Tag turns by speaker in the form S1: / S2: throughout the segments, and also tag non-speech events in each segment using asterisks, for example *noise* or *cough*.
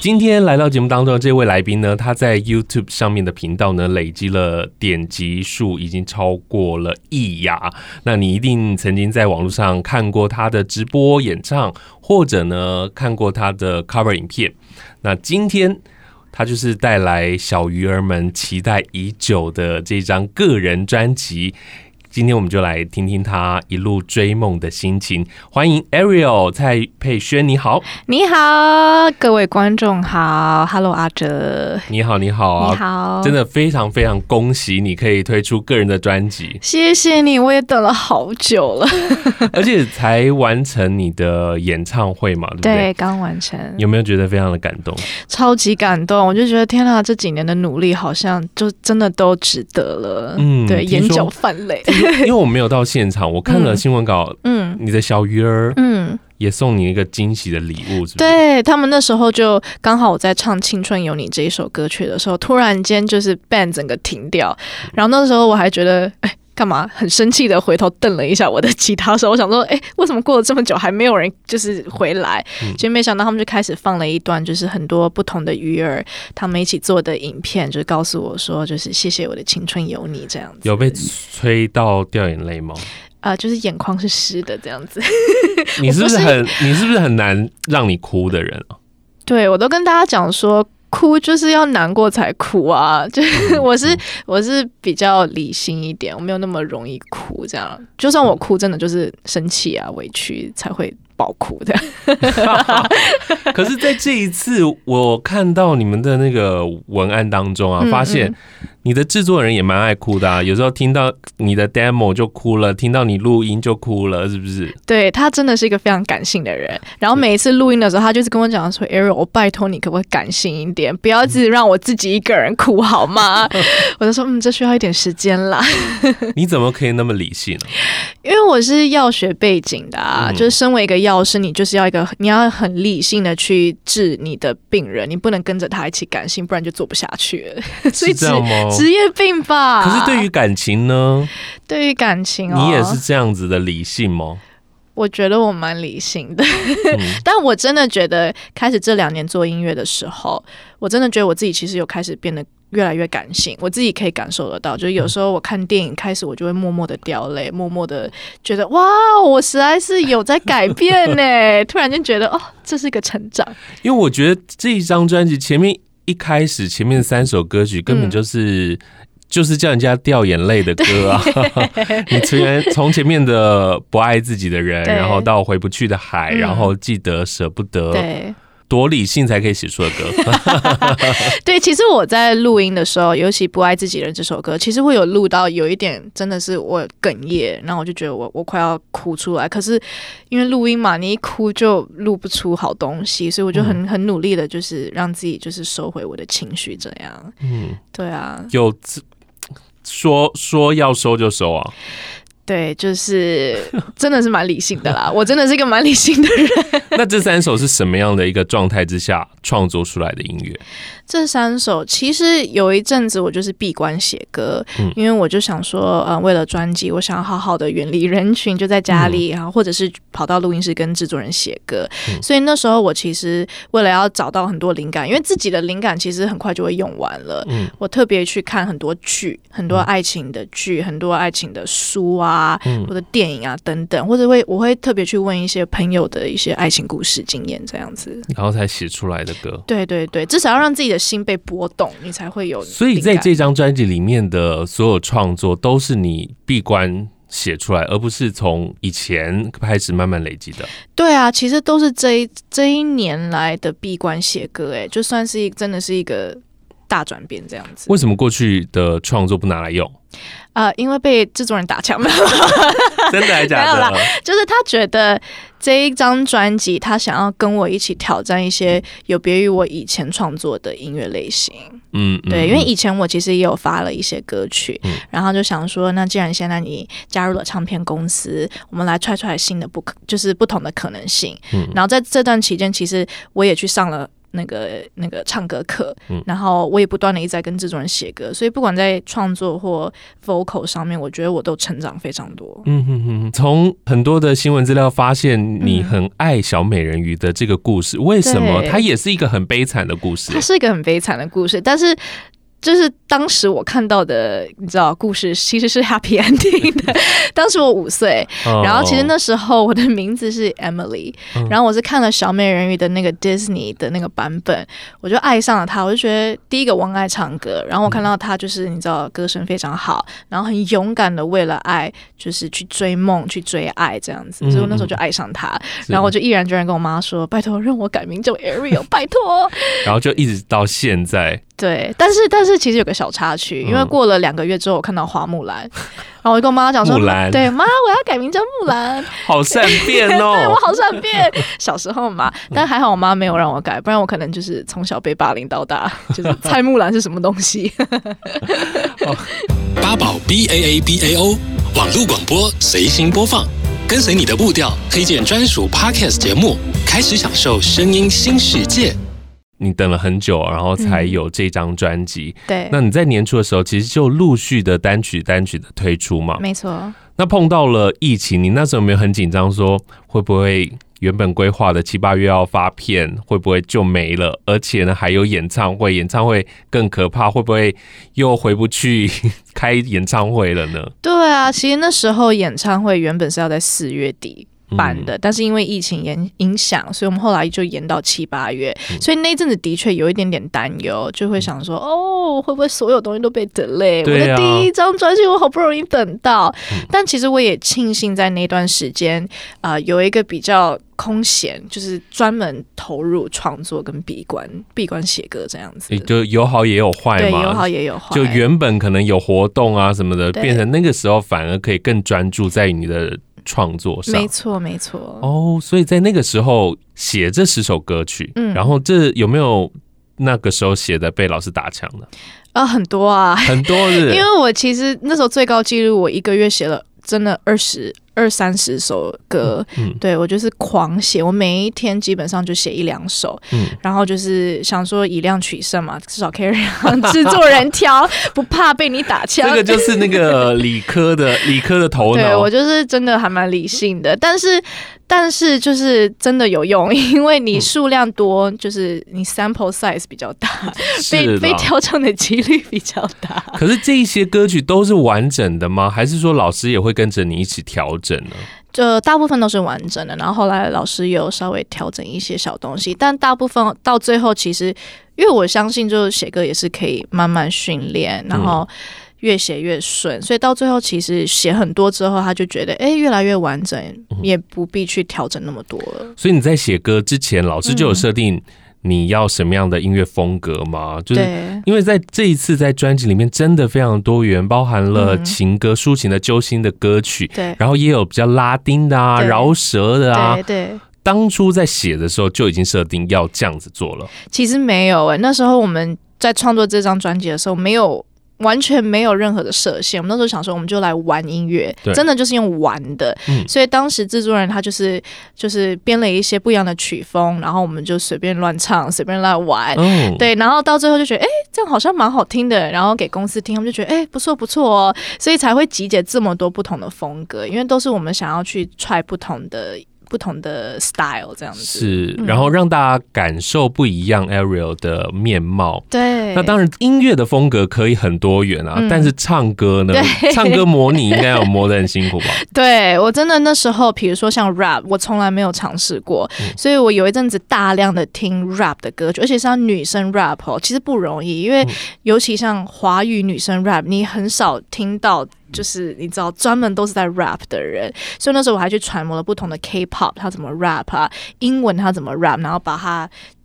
S1: 今天来到节目当中的这位来宾呢，他在 YouTube 上面的频道呢，累积了点击数已经超过了亿呀。那你一定曾经在网络上看过他的直播演唱，或者呢看过他的 cover 影片。那今天他就是带来小鱼儿们期待已久的这张个人专辑。今天我们就来听听他一路追梦的心情。欢迎 Ariel 蔡佩轩，你好。
S2: 你好，各位观众好，Hello 阿哲，
S1: 你好，你好、啊，
S2: 你好，
S1: 真的非常非常恭喜你可以推出个人的专辑
S2: *laughs* 谢谢你，我也等了好久
S1: 嗯
S2: 了。
S1: 而且才完成你的演唱会嘛，对不
S2: 对，
S1: 对？
S2: 刚完成，
S1: 有没有觉得非常的感
S2: *laughs*
S1: 动？
S2: 超级感动，我就觉得天哪，这几年的努力好像就真的都值得了。
S1: 嗯
S2: 对，
S1: 听
S2: 眼
S1: 说
S2: 角泛
S1: *laughs*
S2: 泪。
S1: 因为我没有到现场，我看了
S2: 嗯
S1: 新闻稿，
S2: 嗯
S1: 你的小鱼儿
S2: 嗯，
S1: 也送你一个惊喜的礼物，是不是？
S2: 对他们那时候就刚好我在唱《青春有你》这一首歌曲的时候，突然间就是 band 整个停掉，然后那时候我还觉得，哎。干嘛？很生气的回头瞪了一下我的吉他手，我想说，哎、为什么过了这么久还没有人就是回来？结果没想到他们就开始放了一段，就是很多不同的鱼儿他们一起做的影片，就是告诉我说，就是谢谢我的青春有你这样子。
S1: 有被吹到掉眼泪吗？
S2: 啊、就是眼眶是湿的这样子。
S1: 你是不是
S2: *laughs* 我不是
S1: 很你是不是很难让你哭的人啊？
S2: 对我都跟大家讲说，哭就是要难过才哭啊，就是我是我是比较理性一点，我没有那么容易哭，这样就算我哭，真的就是生气啊、委屈才会爆哭这样。
S1: *laughs* 可是，在这一次我看到你们的那个文案当中啊，
S2: 嗯
S1: 发现你的制作人也蛮爱哭的啊，有时候听到你的 demo 就哭了，听到你录音就哭了，是不
S2: *laughs*
S1: 是？
S2: 对他真的是一个非常感性的人，然后每一次录音的时候，他就是跟我讲说：“Ariel，我拜托你可不可以感性一点，不要只让我自己一个人哭好吗？”我就说：“嗯，这需要一点时间啦。”
S1: 你怎么可以那么理性呢、啊
S2: 因为我是药学背景的啊，
S1: 嗯
S2: 就是身为一个药师，你就是要一个你要很理性的去治你的病人，你不能跟着他一起感性，不然就做不下去了。所以啊
S1: 是这
S2: 职
S1: 样
S2: *laughs*
S1: 吗？
S2: 职业病吧。
S1: 哦可是对于感情
S2: 哦
S1: 呢，
S2: 对于感情哦，
S1: 你也是这样子的理性吗？
S2: 我觉得我蛮理性的，
S1: 嗯
S2: 但我真的觉得开始这两年做音乐的时候，我真的觉得我自己其实有开始变得越来越感性，我自己可以感受得到。就是有时候我看电影开始，我就会默默的掉泪，默默的觉得哇，我实在是有在改变呢。突然间觉得哦，这是一个成长。
S1: 因为我觉得这一张专辑前面一开始前面三首歌曲根本
S2: 嗯
S1: 就是、就是叫人家掉眼泪的歌啊！ *laughs* 你从前从前面的不爱自己的人，
S2: 对
S1: 然后到回不去的海，
S2: 嗯
S1: 然后记得舍不得，
S2: 对
S1: 多理性才可以写出的歌。 *laughs*
S2: 对，其实我在录音的时候，尤其《不爱自己人》这首歌，其实会有录到有一点真的是我哽咽，然后我就觉得我我快要哭出来。可是因为录音嘛，你一哭就录不出好东西，所以我就很、很努力的，就是让自己就是收回我的情绪，这样。
S1: 嗯，
S2: 对啊，
S1: 有自说说要收就收啊！
S2: 对，就是 *laughs* 真的是蛮理性的啦，我真的是一个蛮理性的人。
S1: 那这三首是什么样的一个状态之下创作出来的音乐？
S2: 这三首其实有一阵子我就是闭关写歌，
S1: 嗯
S2: 因为我就想说，呃，为了专辑，我想要好好的远离人群，就在家里，
S1: 嗯
S2: 然后或者是跑到录音室跟制作人写歌。所以那时候我其实为了要找到很多灵感，因为自己的灵感其实很快就会用完了，
S1: 嗯
S2: 我特别去看很多剧，很多爱情的剧，很多爱情的书啊，
S1: 嗯
S2: 或者电影啊等等，或者会我会特别去问一些朋友的一些爱情故事经验这样子。
S1: 然后才写出来的歌。
S2: 对对对，至少要让自己的心被波动，你才会有。
S1: 所以在这，张专辑里面的所有创作都是你闭关写出来，而不是从以前开始慢慢累积的。
S2: 对啊，其实都是这一这一年来的闭关写歌，哎，就算是一真的是一个大转变这样子。
S1: 为什么过去的创作不拿来用？
S2: *laughs* 呃，因为被制作人打枪了，
S1: 真的还假
S2: 没有
S1: 的
S2: 啦？ *laughs* 就是他觉得这一张专辑，他想要跟我一起挑战一些有别于我以前创作的音乐类型。
S1: 嗯，嗯
S2: 对，因为
S1: 嗯
S2: 以前我其实也有发了一些歌曲，然后就想说，那既然现在你加入了唱片公司，我们来踹
S1: 嗯
S2: 踹新的不可，就是不同的可能性。然后在这段期间，其实我也去上了。那个那个唱歌课，
S1: 嗯
S2: 然后我也不断的一直在跟制作人写歌，所以不管在创作或 vocal 上面，我觉得我都成长非常多。
S1: 嗯哼哼，从很多的新闻资料发现，你很爱小美人鱼的这个故事，为什么？
S2: 对
S1: 它也是一个很悲惨的故事
S2: 它。是一个很悲惨的故事，但是就是当时我看到的，你知道，故事其实是 happy ending 的。 *laughs* 当时我五岁，然后其实那时候我的名字是 Emily，、
S1: 哦嗯
S2: 然后我是看了小美人鱼的那个 Disney 的那个版本，我就爱上了她。我就觉得第一个我很爱唱歌，然后我看到她就是你知道歌声非常好，然后很勇敢的为了爱就是去追梦去追爱这样子，所以我那时候就爱上她。
S1: 嗯是
S2: 然后我就毅然决然跟我妈说：“拜托让我改名叫
S1: *laughs*
S2: Ariel，拜托。”
S1: 然后就一直到现在，
S2: 对，但是但是其实有个小插曲，因为
S1: 嗯
S2: 过了两个月之后，我看到花木
S1: *laughs*
S2: 兰，然后我就跟我妈讲说
S1: 木兰，
S2: 对妈，我要改名叫木兰，
S1: 好善
S2: *laughs*
S1: 变
S2: 对我
S1: 哦。
S2: 好善变。小时候嘛，但还好我妈没有让我改，不然我可能就是从小被霸凌到大，就是猜木兰是什么东西。
S3: 八宝 B A A B A O 网络广播随心播放，跟随你的步调，推荐专属 Podcast 节目，开始享受声音新世界。
S1: 你等了很久，然后才有这张专辑。
S2: *laughs* 对，
S1: 那你在年初的时候，其实就陆续的单曲单曲的推出嘛。
S2: 没错。
S1: 那碰到了疫情，你那时候有没有很紧张？说会不会原本规划的七八月要发片，会不会就没了？而且呢，还有演唱会，演唱会更可怕，会不会又回不去 *laughs* 开演唱会了呢？
S2: 对啊，其实那时候演唱会原本是要在四月底办
S1: 嗯
S2: 的，但是因为疫情影影响，所以我们后来就延到七八月。
S1: 嗯
S2: 所以那一阵子的确有一点点担忧，就会想说，哦，会不会所有东西都被 delay？、我
S1: 对啊嗯
S2: 的第一张专辑我好不容易等到，但其实我也庆幸在那段时间，啊，有一个比较。空闲就是专门投入创作跟闭关闭关写歌这样子
S1: 也
S2: 的，
S1: 就有好也有坏
S2: 对，
S1: 嘛。
S2: 有好也有坏，
S1: 就原本可能有活动啊什么的，
S2: 对
S1: 变成那个时候反而可以更专注在你的创作上
S2: 没。错没错。
S1: 哦，所以在那个时候写这十首歌曲，
S2: 嗯
S1: 然后这有没有那个时候写的被老师打枪的？
S2: 啊，很多啊，
S1: *laughs* 很多
S2: 因
S1: 日，
S2: 为我其实那时候最高纪录，我一个月写了真的二十二三十首歌，
S1: 嗯
S2: 对我就是狂写，我每一天基本上就写一两首，
S1: 嗯
S2: 然后就是想说以量取胜嘛，至少可以让制作人挑，不怕被你打枪。
S1: 这个就是那个理
S2: *laughs*
S1: 科的理科的头
S2: 对
S1: 脑
S2: 我，就是真的还蛮理性的，但是但是就是真的有用，因为你数量多，就是你 sample size 比较大，被
S1: 是
S2: 被
S1: 啦。
S2: 挑中的几率比较大。
S1: 可是这一些歌曲都是完整的吗？还是说老师也会跟着你一起调整呢？
S2: 就呃大部分都是完整的，然后后来老师有稍微调整一些小东西，但大部分到最后其实，因为我相信就是写歌也是可以慢慢训练，
S1: 嗯
S2: 然后越写越顺，所以到最后其实写很多之后，他就觉得哎越来越完整，也
S1: 嗯
S2: 不必去调整那么多了。
S1: 所以你在写歌之前，老师就
S2: 嗯
S1: 有设定你要什么样的音乐风格吗？就是
S2: 对，
S1: 因为在这一次在专辑里面真的非常多元，包含了
S2: 嗯
S1: 情歌、抒情的、揪心的歌曲，
S2: 对
S1: 然后也有比较拉丁的啊、
S2: 对
S1: 饶舌的啊
S2: 对。对。
S1: 当初在写的时候就已经设定要这样子做了，
S2: 其实没有诶、那时候我们在创作这张专辑的时候，没有完全没有任何的设限。我们那时候想说，我们就来玩音乐
S1: 对，
S2: 真的就是用玩的。
S1: 嗯
S2: 所以当时制作人他就是就是编了一些不一样的曲风，然后我们就随便乱唱，随便乱玩。
S1: 嗯，，
S2: 对，然后到最后就觉得，哎，这样好像蛮好听的。然后给公司听，他们就觉得，哎，不错不错哦，所以才会集结这么多不同的风格，因为都是我们想要去 try 不同的不同的 style 这样子。，
S1: 是，然后让大家感受不一样 Ariel 的面貌。
S2: 对。
S1: 那当然，音乐的风格可以很多元啊，
S2: 嗯
S1: 但是唱歌呢，唱歌模拟应该有磨得很辛苦吧？
S2: 对我真的那时候，比如说像 rap，我从来没有尝试过，所以我有一阵子大量的听 rap 的歌曲，而且是要女生 rap 哦，其实不容易，因为尤其像华语女生 rap，你很少听到。就是你知道，专门都是在 rap 的人，所以那时候我还去揣摩了不同的 K-pop，它怎么 rap 啊，英文它怎么 rap，然后把它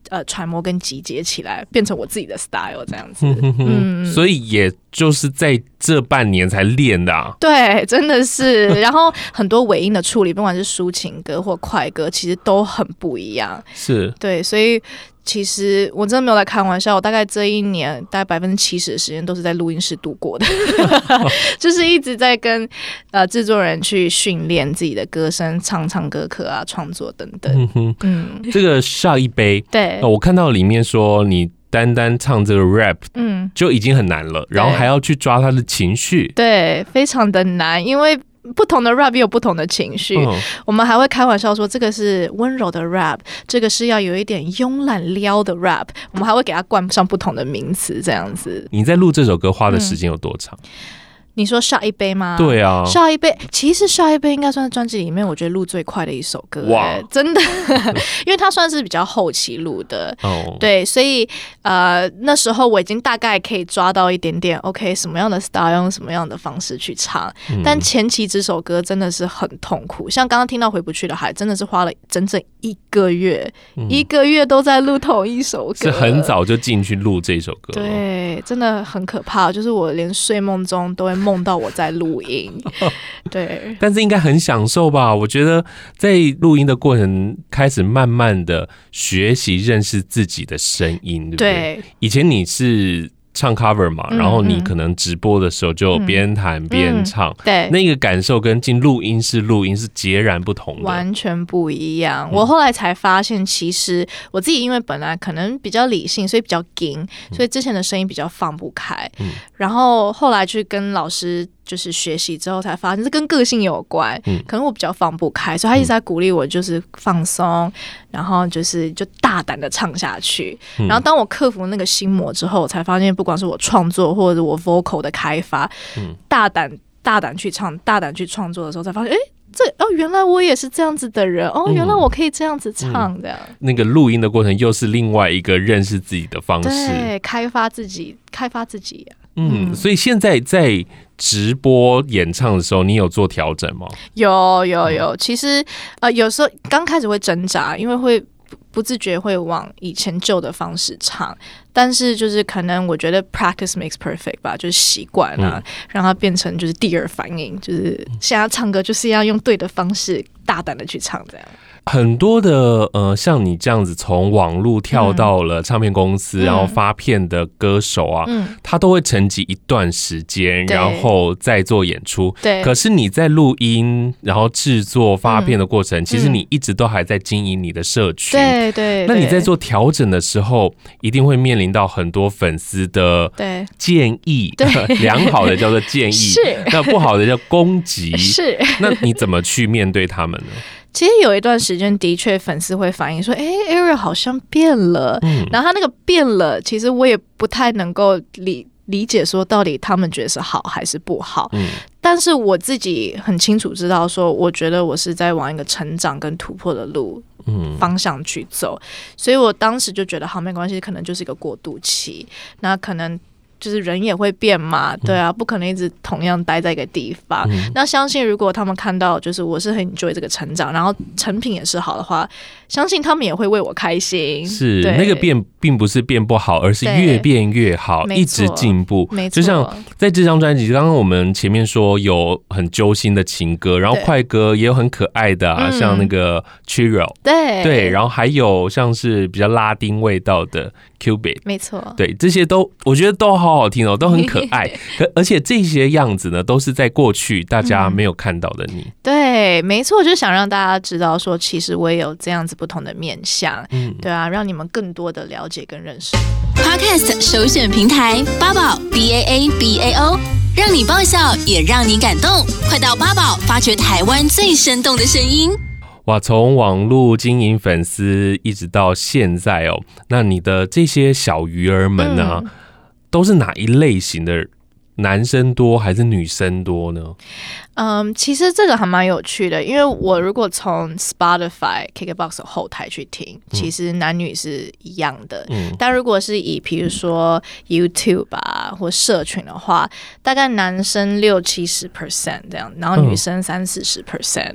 S1: 嗯
S2: 呃揣摩跟集结起来，变成我自己的 style 这样子。
S1: *laughs* 嗯，所以也就是在这半年才练的啊。
S2: *laughs* 对，真的是。然后很多尾音的处理，不管是抒情歌或快歌，其实都很不一样。
S1: 是，
S2: 对，所以其实我真的没有在开玩笑，我大概这一年大概百分之七十的时间都是在录音室度过的，就是一直在跟呃制作人去训练自己的歌声、唱唱歌课啊、创作等等。
S1: 嗯哼，
S2: 嗯，
S1: 这个上一杯，
S2: 对
S1: 呃，我看到里面说你单单唱这个 rap
S2: 嗯，
S1: 就已经很难了，然后还要去抓他的情绪。
S2: 对，非常的难，因为。不同的 rap 也有不同的情绪，
S1: 嗯，
S2: 我们还会开玩笑说，这个是温柔的 rap，这个是要有一点慵懒撩的 rap，我们还会给它冠上不同的名词，这样子。
S1: 你在录这首歌花的时间有多长？
S2: 你说下一杯吗？
S1: 对啊，
S2: 下一杯，其实下一杯应该算是专辑里面我觉得录最快的一首歌、
S1: 哇
S2: 欸，真的， *laughs* 因为它算是比较后期录的。
S1: 哦，
S2: 对，所以呃，那时候我已经大概可以抓到一点点，OK，什么样的 style 用什么样的方式去唱。
S1: 嗯
S2: 但前期这首歌真的是很痛苦，像刚刚听到《回不去的海》，真的是花了整整一个月，一个月都在录同一首歌，
S1: 嗯是很。早就进去录这首歌。，
S2: 对，真的很可怕，就是我连睡梦中都会梦到我在录
S1: *laughs*
S2: 音。对，
S1: 但是应该很享受吧？我觉得在录音的过程，开始慢慢的学习认识自己的声音，对不对？
S2: 对
S1: 以前你是唱 cover 嘛，
S2: 嗯
S1: 然后你
S2: 嗯
S1: 可能直播的时候就边弹边唱，
S2: 对，
S1: 那个感受跟进录音室录音是截然不同的。嗯
S2: 完全不一样。我后来才发现，其实我自己因为本来可能比较理性，所以比较紧，所以之前的声音比较放不开。
S1: 嗯
S2: 然后后来去跟老师就是学习之后，才发现这跟个性有关。
S1: 嗯
S2: 可能我比较放不开，所以他一直在鼓励我，就是放松，然后就是就大胆的唱下去。
S1: 嗯
S2: 然后当我克服那个心魔之后，我才发现，不管是我创作或者我 vocal 的开发，
S1: 嗯
S2: 大胆大胆去唱、大胆去创作的时候，才发现，诶，这哦，原来我也是这样子的人哦，原来
S1: 嗯
S2: 我可以这样子唱这样。
S1: 那个录音的过程又是另外一个认识自己的方式。
S2: 对，开发自己，开发自己、啊
S1: 嗯，所以现在在直播演唱的时候，你有做调整吗？
S2: 有有有，
S1: 嗯
S2: 其实呃，有时候刚开始会挣扎，因为会不不自觉会往以前旧的方式唱，但是就是可能我觉得 practice makes perfect 吧，就是习惯了、
S1: 嗯
S2: 让它变成就是第二反应，就是现在唱歌就是要用对的方式，大胆的去唱这样。
S1: 很多的呃，像你这样子从网络跳到了唱片公司，
S2: 嗯
S1: 然后发片的歌手啊，
S2: 嗯，
S1: 他都会沉寂一段时间，
S2: 对
S1: 然后再做演出。
S2: 对
S1: 可是你在录音，然后制作发片的过程，其实
S2: 嗯
S1: 你一直都还在经营你的社群。
S2: 对对。
S1: 那你
S2: 对
S1: 在做调整的时候，一定会面临到很多粉丝的
S2: 对
S1: 建议， *laughs* 良好的叫做建
S2: *laughs*
S1: 议，
S2: 是
S1: 那不好的叫攻击。
S2: *laughs* 是？
S1: 那你怎么去面对他们呢？
S2: 其实有一段时间，的确粉丝会反映说：“哎、a r i e l 好像变了。然后他那个变了，其实我也不太能够理理解，说到底他们觉得是好还是不好。
S1: 嗯
S2: 但是我自己很清楚知道说我觉得我是在往一个成长跟突破的路
S1: 嗯
S2: 方向去走，所以我当时就觉得好没关系，可能就是一个过渡期，那可能。就是人也会变嘛，
S1: 嗯
S2: 对啊，不可能一直同样待在一个地方。那相信如果他们看到，就是我是很 enjoy 这个成长，然后成品也是好的话，相信他们也会为我开心。
S1: 是
S2: 对
S1: 那个，变，并不是变不好，而是
S2: 对
S1: 越变越好，
S2: 没
S1: 一直
S2: 错
S1: 进步。
S2: 没错，
S1: 就像在这张专辑，刚刚我们前面说有很揪心的情歌，然后
S2: 对
S1: 快歌也有很可爱的、啊，
S2: 嗯
S1: 像那个 Chiro，
S2: 对
S1: 对，然后还有像是比较拉丁味道的 Cupid。
S2: 没错，
S1: 对，这些都我觉得都好好听哦，都很可
S2: *laughs*
S1: 爱。可而且这些样子呢，都是在过去大
S2: 嗯
S1: 家没有看到的你。
S2: 对，没错，就是想让大家知道说，其实我也有这样子不同的面相，
S1: 嗯
S2: 对啊，让你们更多的了解跟认识。
S4: Podcast 首选平台八宝 B A A B A O，让你爆笑也让你感动。快到八宝发掘台湾最生动的声音。
S1: 哇，从网络经营粉丝一直到现在哦，那你的这些小鱼儿们呢、
S2: 嗯
S1: 都是哪一类型的？男生多还是女生多呢？
S2: 嗯，其实这个还蛮有趣的，因为我如果从 Spotify、KKBox 的后台去听，其实男女是一样的。 *laughs*
S1: 嗯
S2: 但如果是以比如说 YouTube 啊或社群的话，大概男生六七十 percent 这样，然后女
S1: 嗯
S2: 生三四十 percent，、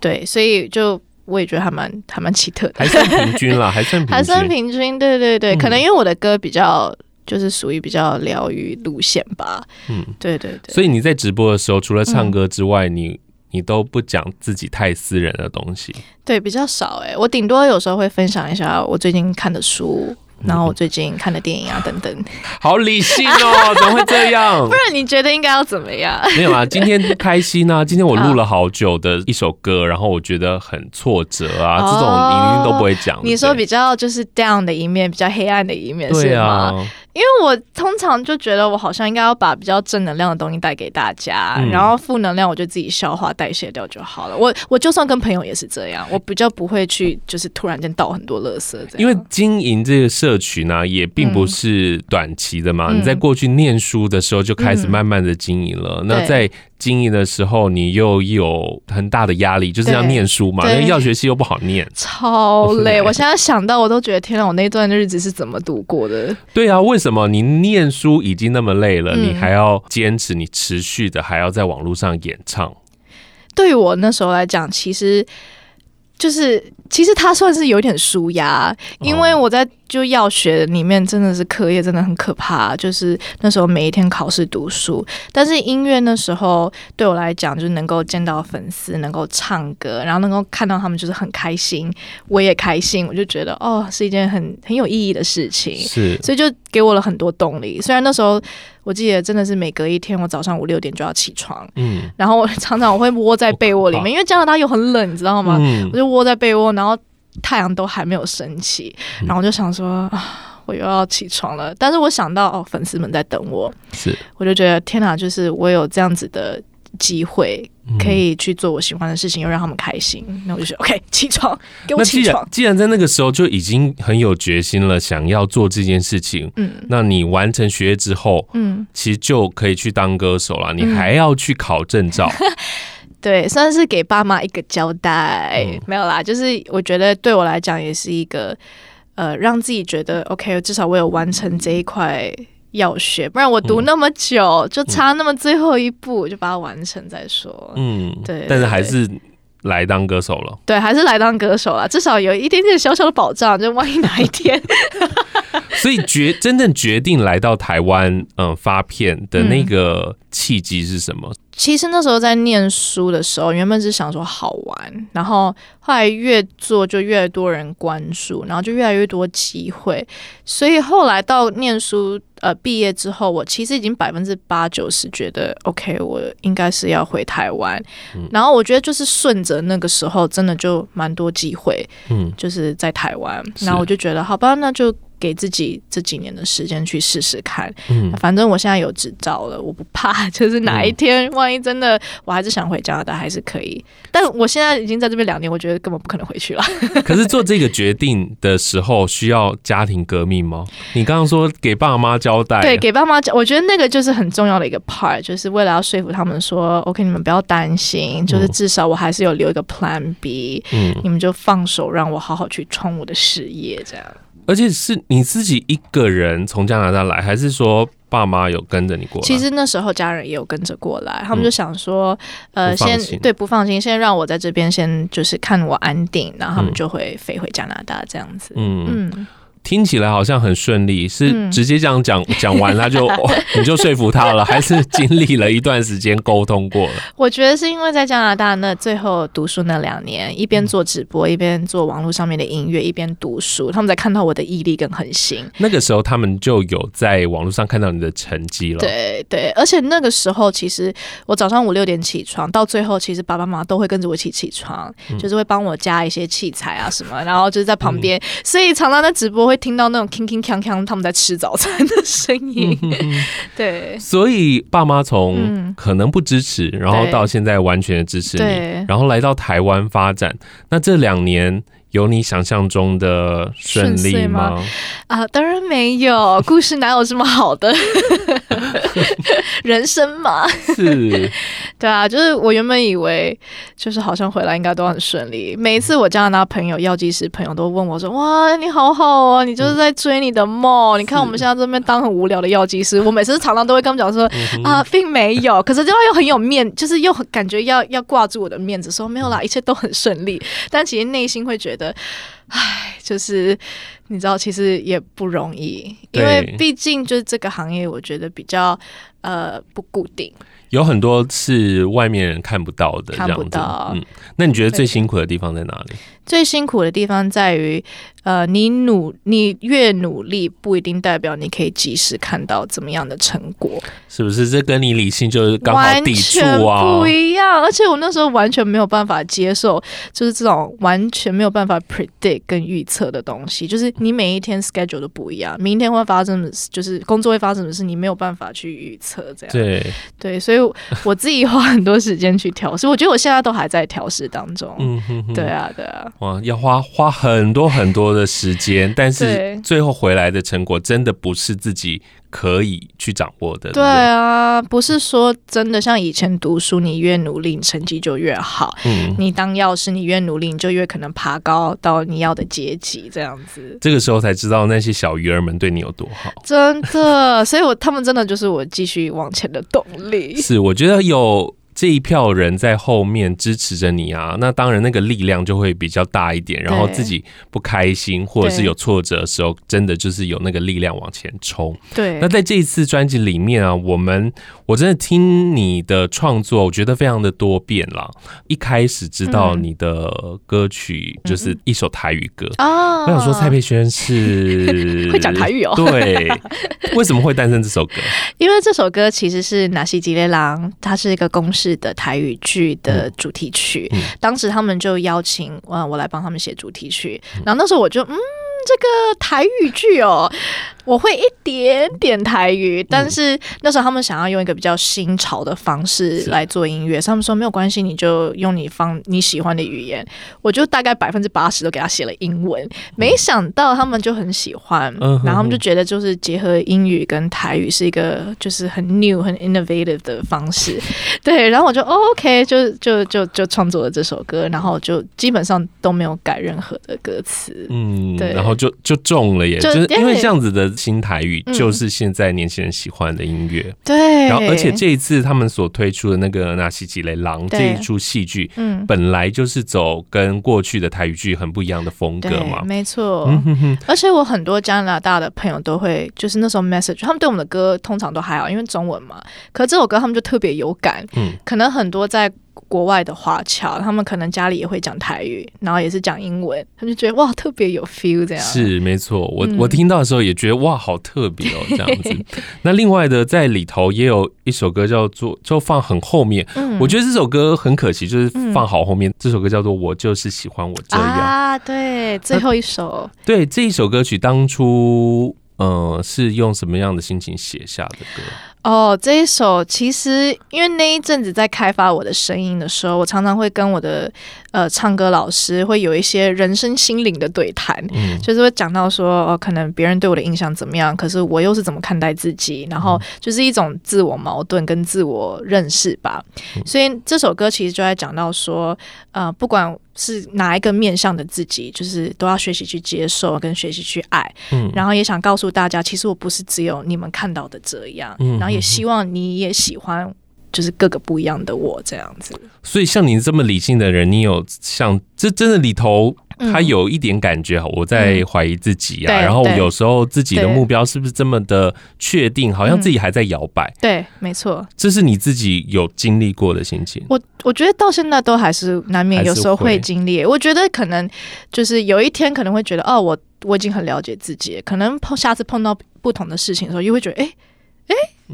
S2: 对，所以就我也觉得还蛮还蛮奇特的， *laughs*
S1: 还算平均啦，还算平均。嗯
S2: 还算平均，对对对，可能因为我的歌比较就是属于比较疗愈路线吧。
S1: 嗯，
S2: 对对对。
S1: 所以你在直播的时候，除了唱歌之外，你你都不讲自己太私人的东西。
S2: 对，比较少哎、我顶多有时候会分享一下我最近看的书，
S1: 嗯
S2: 然后我最近看的电影啊等等。
S1: 好理性
S2: *laughs*
S1: 哦，怎么会这样
S2: 不？然你觉得应该要怎么样？
S1: 没有啊，今天开
S2: *laughs*
S1: 心啊！今天我录了好久的一首歌，然后我觉得很挫折啊，
S2: 哦
S1: 这种你一定都不会讲。
S2: 你说比
S1: 哦对
S2: 较就是 down 的一面，比较黑暗的一面
S1: 对
S2: 是
S1: 啊
S2: 吗？，因为我通常就觉得我好像应该要把比较正能量的东西带给大家，
S1: 嗯
S2: 然后负能量我就自己消化代谢掉就好了。我我就算跟朋友也是这样，我比较不会去就是突然间倒很多垃圾这样。
S1: 因为经营这个社群呢、也并不是短期的嘛。
S2: 嗯
S1: 你在过去念书的时候就开始慢慢的经营了，那
S2: 嗯对
S1: 在经营的时候，你又有很大的压力，就是要
S2: 对
S1: 念书嘛，
S2: 对
S1: 因为药学系又不好
S2: *laughs*
S1: 念。
S2: 超累，
S1: 对
S2: 我现在想到我都觉得天哪，我那段日子是怎么度过的？
S1: 对啊，为什么你念书已经那么累了，
S2: 嗯
S1: 你还要坚持，你持续的还要在网络上演唱？
S2: 对于我那时候来讲，其实就是其实它算是有点舒压，因为我在就药学里面真的是课业真的很可怕，就是那时候每一天考试读书，但是音乐那时候对我来讲，就是能够见到粉丝，能够唱歌，然后能够看到他们就是很开心，我也开心，我就觉得哦是一件很很有意义的事情。
S1: 是
S2: 所以就给我了很多动力。虽然那时候我记得真的是每隔一天，我早上五六点就要起床，
S1: 嗯
S2: 然后我常常我会窝在被窝里面，因为加拿大又很冷，你知道吗？
S1: 哦嗯
S2: 我，就窝在被窝，然后太阳都还没有升起，
S1: 嗯
S2: 然后我就想说啊，我又要起床了。但是我想到哦，粉丝们在等我，
S1: 是
S2: 我就觉得天哪，就是我有这样子的机会。
S1: 嗯
S2: 可以去做我喜欢的事情，又让他们开心，那我就说 OK，起床，给我
S1: 那既
S2: 起床
S1: 然。既然在那个时候就已经很有决心了，想要做这件事情，
S2: 嗯
S1: 那你完成学业之后，
S2: 嗯，
S1: 其实就可以去当歌手了。你
S2: 嗯
S1: 还要去考
S2: *laughs*
S1: 证照，
S2: 对，算是给爸妈一个交代，
S1: 嗯
S2: 没有啦，就是我觉得对我来讲也是一个，呃，让自己觉得 OK，至少我有完成这一块要学，不然我
S1: 嗯
S2: 读那么久，就差那么最后一步，就把它完成再说。
S1: 嗯，
S2: 对
S1: 但是还是来当歌手了。
S2: 对，还是来当歌手啦，至少有一点点小小的保障，就万一哪一天
S1: 所以决 *laughs* 真正决定来到台湾，嗯，发片的那个契机是什么？
S2: 其实那时候在念书的时候，原本是想说好玩，然后后来越做就越多人关注，然后就越来越多机会，所以后来到念书呃毕业之后，我其实已经百分之八九十觉得 OK，我应该是要回台湾。然后我觉得就是顺着那个时候，真的就蛮多机会，
S1: 嗯，
S2: 就是在台湾。
S1: 是
S2: 然后我就觉得好吧，那就给自己这几年的时间去试试看。 *laughs*
S1: 嗯
S2: 反正我现在有执照了，我不怕。 *laughs* 就是哪一天，万一真的我还是想回加拿大，还是可以。
S1: 嗯
S2: 但我现在已经在这边两年，我觉得根本不可能回去了。
S1: 可是做这个决定的时候需要家庭革命吗？你刚刚说给爸妈交代，
S2: 对，给爸妈讲，我觉得那个就是很重要的一个 part，就是为了要说服他们说，OK，你们不要担心，就是至少我还是有留一个 Plan B，、
S1: 嗯，
S2: 你们就放手让我好好去冲我的事业，这样。
S1: 而且是你自己一个人从加拿大来，还是说爸妈有跟着你过来？
S2: 其实那时候家人也有跟着过来，他们就想说，呃，
S1: 嗯不放
S2: 先
S1: 心
S2: 对不放心，先让我在这边先就是看我安定，然后他们
S1: 嗯
S2: 就会飞回加拿大这样子。
S1: 嗯，
S2: 嗯，
S1: 听起来好像很顺利，是
S2: 嗯
S1: 直接这样讲 *laughs* 讲完他就、哦你就说服
S2: *laughs*
S1: 他了，还是经历了一段时间沟通过了？
S2: 我觉得是因为在加拿大那最后读书那两年，一边做直播，一边做网络上面的音乐，一边读书，他们才看到我的毅力跟恒心。
S1: 那个时候他们就有在网络上看到你的成绩了，，
S2: 对对，而且那个时候其实我早上五六点起床，到最后其实爸爸妈妈都会跟着我一起起床，
S1: 嗯
S2: 就是会帮我加一些器材啊什么，然后就是在旁边，
S1: 嗯
S2: 所以常常在直播会听到那种铿铿锵锵他们在吃早餐的声音。
S1: 嗯
S2: 对
S1: 所以爸妈从
S2: 嗯
S1: 可能不支持，然后到现在完全的支持你
S2: 对，
S1: 然后来到台湾发展，那这两年有你想象中的顺
S2: 顺
S1: 利
S2: 遂吗
S1: 吗？
S2: 啊，当然没有，故事哪有这么好的 *laughs* 人生嘛？
S1: 是，
S2: *laughs* 对啊，就是我原本以为，就是好像回来应该都很顺利。每一次我加拿大朋友、药剂师朋友都问我说：“哇，你好好哦，你就是在追你的梦。你看我们现在这边当很无聊的药剂师，我每次常常都会跟他们讲说、啊，并没有，可是就又很有面，就是又很感觉要要挂住我的面子，说没有啦，一切都很顺利。但其实内心会觉得，唉，就是你知道，其实也不容易，因
S1: 对
S2: 为毕竟就是这个行业，我觉得比较呃不固定。
S1: 有很多是外面人看不到的，这
S2: 看
S1: 样
S2: 不
S1: 子。
S2: 到
S1: 嗯，那你觉得最辛苦的地方在哪里？
S2: 最辛苦的地方在于，呃，你努你越努力，不一定代表你可以及时看到怎么样的成果，
S1: 是不是这跟你理性就是刚好
S2: 完
S1: 抵触
S2: 全
S1: 啊
S2: 不？一样。而且我那时候完全没有办法接受，就是这种完全没有办法 predict 跟预测的东西，就是你每一天 schedule 都不一样，明天会发生的事，就是工作会发生的事，你没有办法去预测，这样
S1: 对，
S2: 对，所以我我自己花很多时间去调试，我觉得我现在都还在调试当中。
S1: 嗯哼哼，
S2: 对啊，对啊。
S1: 哇，要花花很多很多的时间，但是
S2: 对
S1: 最后回来的成果真的不是自己可以去掌握的。
S2: 对
S1: 不
S2: 啊，不是说真的像以前读书，你越努力，你成绩就越好。
S1: 嗯，
S2: 你当药师，你越努力，你就越可能爬高到你要的阶级，这样子。
S1: 这个时候才知道那些小鱼儿们对你有多好。
S2: 真的，所以我他们真的就是我继续往前的动力。
S1: *laughs* 是，我觉得有这一票人在后面支持着你啊，那当然那个力量就会比较大一点。然后
S2: 对
S1: 自己不开心或者是
S2: 对
S1: 有挫折的时候，真的就是有那个力量往前冲。
S2: 对
S1: 那，在这一次专辑里面啊，我们我真的听你的创作，我觉得非常的多变啦。一开始知道
S2: 嗯
S1: 你的歌曲就是一首台语歌，
S2: 啊
S1: 我想说蔡佩轩是
S2: 会讲台语哦
S1: 对，为什么会诞生这首歌？
S2: 因为这首歌其实是《纳西吉列郎》，它是一个公式的台语剧的主题曲。
S1: 嗯
S2: 当时他们就邀请呃我来帮他们写主题曲，然后那时候我就嗯，这个台语剧哦，我会一点点台语，但是那时候他们想要用一个比较新潮的方式
S1: 嗯是
S2: 来做音乐，所以他们说没有关系，你就用你方你喜欢的语言。我就大概百分之八十都给他写了英文，没想到他们就很喜欢，
S1: 嗯哼
S2: 然后他们就觉得就是结合英语跟台语是一个就是很 new 很 innovative 的方式，对，然后我就、哦、OK 就就就就创作了这首歌，然后就基本上都没有改任何的歌词，
S1: 嗯，
S2: 对
S1: 然后就就中了耶，
S2: 就
S1: 就
S2: 是
S1: 因为
S2: 对
S1: 这样子的新台语，
S2: 嗯
S1: 就是现在年轻人喜欢的音乐。
S2: 对，
S1: 然后，而且这一次他们所推出的那个《纳西吉雷狼》
S2: 对
S1: 这一出戏剧，
S2: 嗯。
S1: 本来就是走跟过去的台语剧很不一样的风
S2: 对
S1: 格嘛，。
S2: 没错，
S1: 嗯哼哼，
S2: 而且我很多加拿大的朋友都会，就是那时候 message，他们对我们的歌通常都还好，因为中文嘛。可这首歌他们就特别有感，
S1: 嗯
S2: 可能很多在国外的华侨，他们可能家里也会讲台语，然后也是讲英文，他们就觉得哇，特别有 feel 这样。，
S1: 是没错。我、
S2: 嗯
S1: 我听到的时候也觉得哇，好特别哦，这样子。那另外的在里头也有一首歌叫做，就放很后面。
S2: 嗯
S1: 我觉得这首歌很可惜，就是
S2: 嗯
S1: 放好后面。这首歌叫做《我就是喜欢我这样》。
S2: 啊，对，最后一首，
S1: 对这一首歌曲，当初呃是用什么样的心情写下的歌？
S2: 哦，这一首其实因为那一阵子在开发我的声音的时候，我常常会跟我的呃唱歌老师会有一些人生心灵的对谈，
S1: 嗯，
S2: 就是会讲到说哦，可能别人对我的印象怎么样，可是我又是怎么看待自己，然后就是一种自我矛盾跟自我认识吧。所以这首歌其实就在讲到说，呃，不管是哪一个面向的自己，就是都要学习去接受跟学习去爱。
S1: 嗯
S2: 然后也想告诉大家，其实我不是只有你们看到的这样，
S1: 嗯
S2: 然后也希望你也喜欢。就是各个不一样的我这样子，
S1: 所以像你这么理性的人，你有像这真的里头，
S2: 嗯
S1: 他有一点感觉，我在怀疑自己啊。
S2: 对
S1: 然后
S2: 对
S1: 有时候自己的
S2: 对嗯
S1: 目标是不是这么的确定，好像自己还在摇摆。
S2: 对，没错，
S1: 这是你自己有经历过的心情。
S2: 我我觉得到现在都还是难免
S1: 还是
S2: 有时候
S1: 会
S2: 会经历。我觉得可能就是有一天可能会觉得，哦，我我已经很了解自己，可能碰下次碰到不同的事情的时候，又会觉得，哎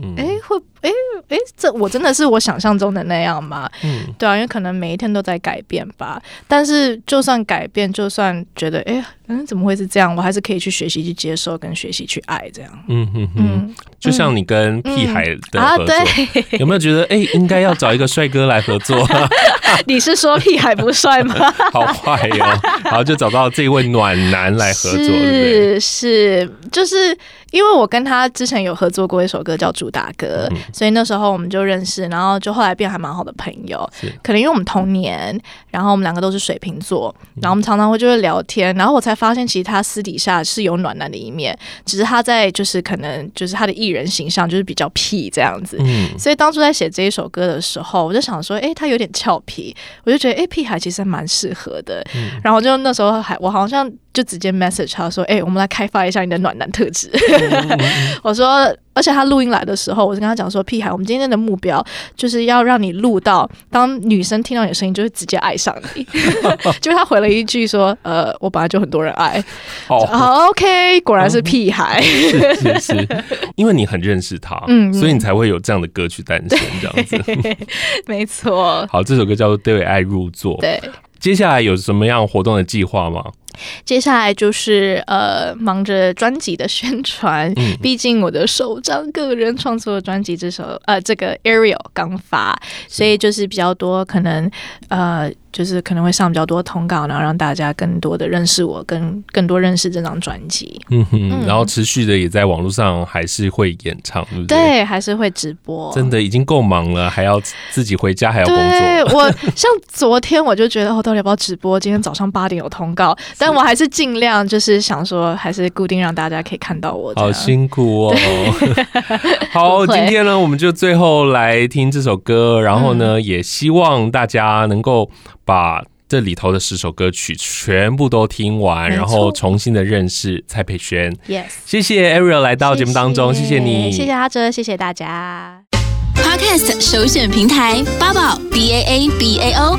S1: 嗯
S2: 哎会哎哎，这我真的是我想象中的那样吗？
S1: 嗯，
S2: 对啊，因为可能每一天都在改变吧。但是就算改变，就算觉得，哎，嗯，怎么会是这样？我还是可以去学习、去接受跟学习、去爱这样。
S1: 嗯哼哼，
S2: 嗯
S1: 就像你跟屁孩的
S2: 啊，
S1: 合作，
S2: 对， *laughs*
S1: *laughs* 有没有觉得哎、应该要找一个帅哥来合作？
S2: 你是说屁还不帅吗？
S1: 好坏哟、然后就找到这位暖男来合作，对不
S2: 是
S1: 对？
S2: 是，就是因为我跟他之前有合作过一首歌叫《主打歌》，歌，
S1: 嗯
S2: 所以那时候我们就认识，然后就后来变还蛮好的朋友
S1: 是。
S2: 可能因为我们同年，然后我们两个都是水瓶座，
S1: 嗯
S2: 然后我们常常会就会聊天，然后我才发现其实他私底下是有暖男的一面，只是他在就是可能就是他的艺人形象就是比较屁这样子。
S1: 嗯，
S2: 所以当初在写这一首歌的时候，我就想说，诶，他有点俏皮，我就觉得，诶，屁孩其实蛮适合的。然后就那时候还，我好像就直接 message 他说，诶，我们来开发一下你的暖男特质。 *laughs* 我说，而且他录音来的时候，我就跟他讲说，屁孩，我们今天的目标就是要让你录到，当女生听到你的声音，就会直接爱上你。 *laughs* 结果他回了一句说，呃，我本来就很多人爱。
S1: 哦，
S2: o k 果然是屁孩。 *laughs*
S1: 是是是， *laughs* 因为你很认识他，
S2: 嗯嗯
S1: 所以你才会有这样的歌曲诞生，这样
S2: *laughs*
S1: 子。
S2: 没错，
S1: 好，这首歌叫做《对爱入座》。
S2: 对。
S1: 接下来有什么样活动的计划吗？
S2: 接下来就是呃，忙着专辑的宣传，
S1: 嗯
S2: 毕竟我的首张个人创作的专辑这首呃，这个 Ariel 刚发，所以就是比较多可能呃，就是可能会上比较多通告，然后让大家更多的认识我，更更多认识这张专辑。
S1: 嗯哼，
S2: 嗯
S1: 然后持续的也在网络上还是会演唱，对不对？
S2: 对，还是会直播。
S1: 真的已经够忙了，还要自己回家，还要工
S2: 对
S1: 作。
S2: 我
S1: *laughs*
S2: 像昨天我就觉得哦，到底要不要直播？今天早上八点有通告，但我还是尽量就是想说，还是固定让大家可以看到我这
S1: 好
S2: 样。
S1: 辛苦哦！好，
S2: 不
S1: 今
S2: 会
S1: 天呢，我们就最后来听这首歌，然后呢，
S2: 嗯
S1: 也希望大家能够把这里头的十首歌曲全部都听完，
S2: 没错
S1: 然后重新的认识蔡佩轩。
S2: Yes。
S1: 谢谢 Ariel 来到节目当中，谢谢你，
S2: 谢谢阿哲，谢谢大家。
S4: Podcast 首选平台八宝 B A A B A O，